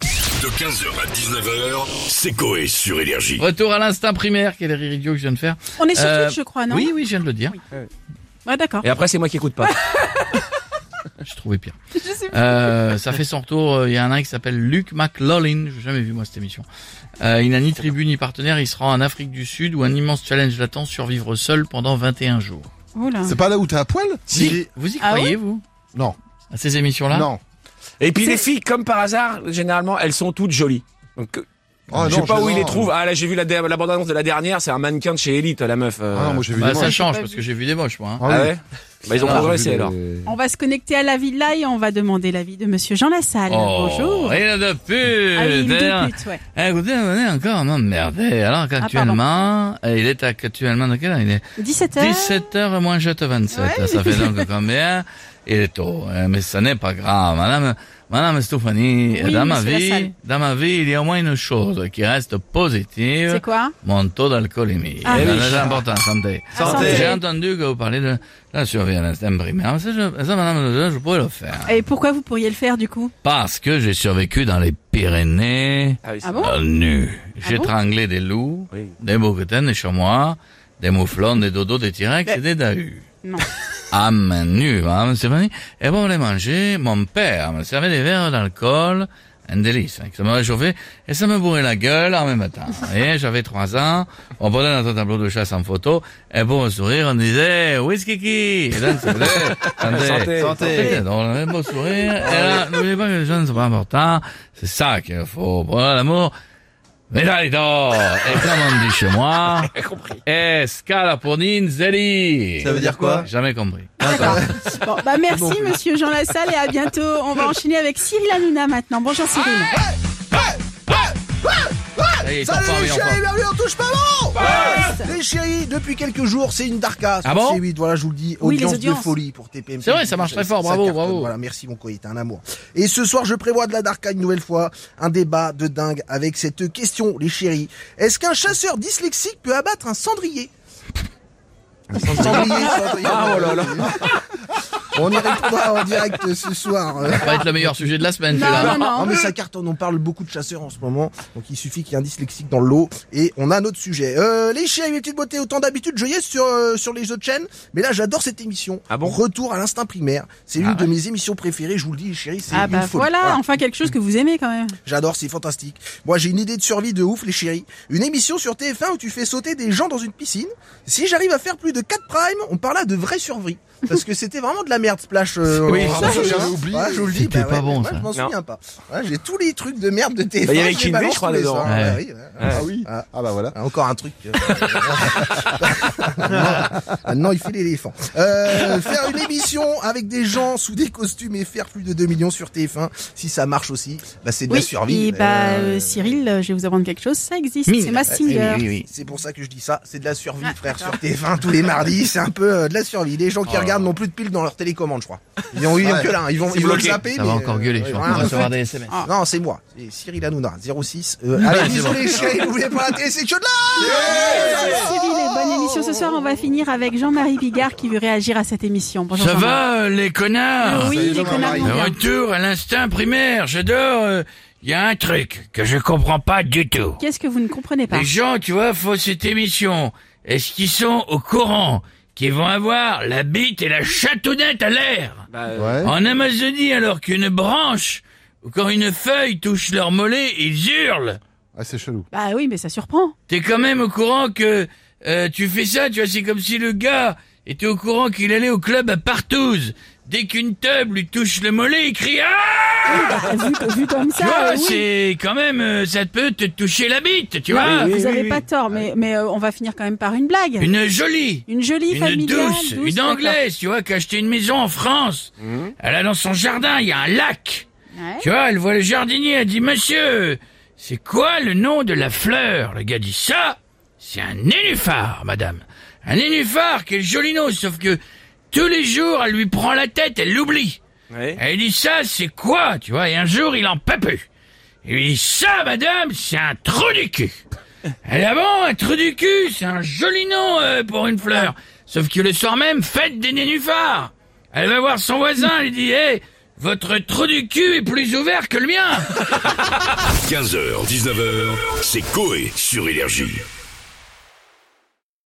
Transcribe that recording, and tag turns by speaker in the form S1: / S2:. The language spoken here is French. S1: De 15h à 19h, c'est Coé sur Énergie.
S2: Retour à l'instinct primaire, quel rire idiot que je viens de faire.
S3: On est sur
S2: Euh,
S3: Twitch, je crois, Ah non
S2: Oui, oui, je viens de le dire.
S3: Ouais, d'accord.
S4: Et après, c'est moi qui écoute pas.
S2: Ah, Je trouvais pire.
S3: Je sais plus.
S2: Euh, ça fait son retour. euh, Il y a un nain qui s'appelle Luc McLaughlin. J'ai jamais vu moi cette émission. Euh, il n'a ni tribu ni partenaire. Il se rend en Afrique du Sud où un immense challenge l'attend survivre seul pendant 21 jours.
S3: Oula.
S5: C'est pas là où t'es à poil
S2: Si. Vous y
S3: Ah
S2: croyez vous
S5: Non.
S2: à ces émissions-là
S5: Non.
S4: Et puis les filles, comme par hasard, généralement, elles sont toutes jolies. Donc, euh,
S5: Ah,
S4: je
S5: non,
S4: sais pas où
S5: non.
S4: il les trouve. Ah là, j'ai vu la, dé- la bande-annonce de la dernière, c'est un mannequin de chez Elite, la meuf. euh.
S5: Ah non, moi j'ai vu
S2: Bah,
S5: des
S2: ça
S5: manches.
S2: change
S3: pas
S2: parce
S3: vu.
S2: que j'ai vu des moches moi. hein.
S4: Ah
S5: oui.
S4: ouais Bah, ils ont
S2: Ah,
S4: progressé
S5: J'ai vu
S4: alors.
S5: des-
S3: On va se connecter à la villa et on va demander l'avis de Monsieur Jean Lassalle.
S2: Oh,
S3: Bonjour.
S2: Rien de plus.
S3: Ah oui, il me
S2: d'ailleurs. eh,
S3: députe, ouais.
S2: Écoutez, on est encore emmerdé.
S3: Ah,
S2: Alors qu'actuellement, euh, il est actuellement dans quelle heure il est
S3: 17h.
S2: 17h moins jet 27.
S3: Ouais.
S2: Ça fait donc combien Il est tôt, hein, mais ce n'est pas grave. Madame, Madame Stéphanie,
S3: Oui,
S2: dans, ma
S3: monsieur
S2: vie,
S3: Lassalle.
S2: dans ma vie, il y a au moins une chose qui reste positive.
S3: C'est quoi
S2: Mon taux d'alcoolémie.
S3: Ah.
S2: Eh ben,
S4: oui.
S2: C'est important, santé.
S3: Ah, santé.
S2: J'ai entendu que vous parlez de la survie à l'instant primaire. Ça, je- ça, madame, je pourrais le faire.
S3: Et pourquoi vous pourriez le faire du coup
S2: Parce que j'ai survécu dans les Pyrénées.
S4: Ah oui, c'est-
S3: Ah bon
S2: Euh, nu. J'ai
S3: Ah bon
S2: tranglé des loups,
S4: Oui.
S2: des bouquetins, des chamois, des mouflons, des dodos, des t-rex et des dahus.
S3: Non.
S2: À main nue, hein, Stéphanie. Et pour les manger, mon père me servait des verres d'alcool, un délice, hein, que ça me réchauffait, et ça me bourrait la gueule en même temps. Vous voyez, j'avais trois ans, on prenait notre tableau de chasse en photo, et pour un sourire, on disait, whisky qui? Et donc, ça faisait,
S4: Santé.
S2: Santé. Donc, on avait beau sourire, et là, n'oubliez pas que les jeunes sont pas importants, c'est ça qu'il faut, pour l'amour, mais là, les dents, et comme on dit chez moi, escalaponine zeli.
S6: Ça veut dire quoi
S2: Jamais compris.
S3: Bon, bah merci Monsieur Jean Lassalle et à bientôt. On va enchaîner avec Cyril Hanouna maintenant. Bonjour Cyril.
S2: Ah, Ça y est, ils sont
S6: Salut
S2: pas
S6: les
S2: mis en forme.
S6: chéris, bienvenue, on touche pas bon Les chéris, depuis quelques jours, c'est une darka sur
S2: Ah bon
S6: C8, voilà, je vous le dis,
S3: Oui, les
S6: audience de
S3: audiences.
S6: folie pour TPMP.
S2: C'est vrai, ça marche très fort, bravo,
S6: cartonne,
S2: bravo.
S6: Voilà, merci mon coït, t'es un amour. Et ce soir, je prévois de la darka une nouvelle fois, un débat de dingue avec cette question, les chéris. Est-ce qu'un chasseur dyslexique peut abattre un cendrier un cendrier, cendrier.
S4: Ah, oh là là.
S6: On y répondra en direct ce soir. euh.
S2: Ça va être le meilleur sujet de la semaine,
S3: Non,
S2: celui-là.
S3: non, non.
S6: Non mais ça cartonne, on parle beaucoup de chasseurs en ce moment, donc il suffit qu'il y ait un dyslexique dans l'eau et on a un autre sujet. Euh, les chiens et les petites beautés, autant d'habitude je y ai sur, euh, sur les autres chaînes, mais là j'adore cette émission.
S4: Ah bon
S6: Retour à l'instinct primaire, c'est
S2: Ah
S6: l'une de
S2: ouais.
S6: mes émissions préférées, je vous le dis chérie, c'est
S3: Ah
S6: une
S3: bah
S6: folie.
S3: voilà,
S6: Voilà.
S3: enfin quelque chose que vous aimez quand même.
S6: J'adore, c'est fantastique. Moi, j'ai une idée de survie de ouf, les chéris. Une émission sur TF1 où tu fais sauter des gens dans une piscine. Si j'arrive à faire plus de 4 primes, on parle là de vraie survie. Parce que c'était vraiment de la merde, Splash. euh,
S2: Oui,
S6: on
S2: ça,
S6: s'en souvient.
S5: j'avais oublié.
S6: Ouais, je vous le dis,
S2: C'était
S6: bah
S2: pas
S6: ouais,
S2: bon,
S6: moi,
S2: ça.
S6: Je
S4: Non.
S6: m'en souviens pas. Ouais, j'ai tous les trucs de merde de TF1.
S4: Bah, il y avait
S6: je les
S4: Kinvey,
S6: balance
S4: je crois,
S6: tous les
S4: dedans.
S6: soirs.
S2: Ouais.
S6: Bah oui, ouais.
S5: Ah oui.
S6: Ah.
S5: Ah bah voilà.
S6: Ah, Encore un truc. euh, Ah non, il fait l'éléphant. Euh, faire une émission avec des gens sous des costumes et faire plus de 2 millions sur TF1, si ça marche aussi, bah c'est de la survie.
S3: et bah
S6: Euh,
S3: euh, Cyril, euh, je vais vous apprendre quelque chose, ça existe,
S2: Mine. Eh
S3: c'est ma singer.
S2: Oui, oui.
S6: C'est pour ça que je dis ça, c'est de la survie,
S3: Ah,
S6: frère, sur
S3: d'accord.
S6: TF1 tous les mardis, c'est un peu euh, de la survie. Les gens qui
S2: Oh.
S6: regardent n'ont plus de piles dans leur télécommande, je crois. Ils ont, ils ont
S5: Ouais.
S6: que là, hein. ils vont, ils vont le
S4: bloqué.
S6: zapper.
S2: Ça va
S6: mais,
S2: encore
S6: euh,
S2: gueuler, je
S6: ouais,
S2: suis en
S6: voilà.
S2: train de recevoir des SMS.
S3: Ah.
S6: Non, c'est moi, c'est Cyril Hanouna, 06. Euh, allez,
S2: c'est
S6: désolé, chérie, n'oubliez pas la télé, c'est que de là
S3: Cyril, et bonne émission ce soir. On va finir avec Jean-Marie Bigard qui veut réagir à cette émission. Bonjour.
S2: Ça
S3: Jean-Marie.
S2: va, euh, les connards
S3: Oui, les connards vont bien.
S2: Retour à l'instinct primaire, j'adore. euh, Il y a un truc que je comprends pas du tout.
S3: Qu'est-ce que vous ne comprenez pas
S2: Les gens, tu vois, font cette émission. Est-ce qu'ils sont au courant qu'ils vont avoir la bite et la châtonnette à l'air
S4: Bah, euh,
S5: Ouais.
S2: En Amazonie, alors qu'une branche ou quand une feuille touche leur mollet, ils hurlent.
S5: Ah c'est chelou.
S3: Bah oui, mais ça surprend.
S2: T'es quand même au courant que euh, tu fais ça, tu vois, c'est comme si le gars était au courant qu'il allait au club à Partouze. Dès qu'une teub lui touche le mollet, il crie Ah
S3: Bah, vu, vu comme
S2: Tu vois,
S3: ça, euh, oui.
S2: c'est quand même, euh, ça peut te toucher la bite, tu vois.
S3: Vous avez pas tort, mais, mais euh, on va finir quand même par une blague. Une,
S2: Une jolie.
S3: jolie
S2: Une
S3: familiale.
S2: douce, Mhm.
S3: douce,
S2: une anglaise, tu vois, qui a acheté une maison en France. Elle a dans son jardin, il y a un lac.
S3: d'accord. Ouais.
S2: Tu vois, elle voit le jardinier, elle dit, monsieur, c'est quoi le nom de la fleur? Le gars dit, ça, c'est un nénuphar, madame. Un nénuphar, quel joli nom, sauf que tous les jours, elle lui prend la tête, elle l'oublie.
S4: ouais.
S2: Elle dit, ça, c'est quoi? Tu vois, et un jour, il en peut plus. Il lui dit, ça, madame, c'est un trou du cul. Elle dit, ah bon, un trou du cul, c'est un joli nom euh, pour une fleur. Sauf que le soir même, fête des nénuphars. Elle va voir son voisin, elle lui dit, hé, votre trou du cul est plus ouvert que le mien.
S1: 15h, 19h, c'est Coé sur Énergie.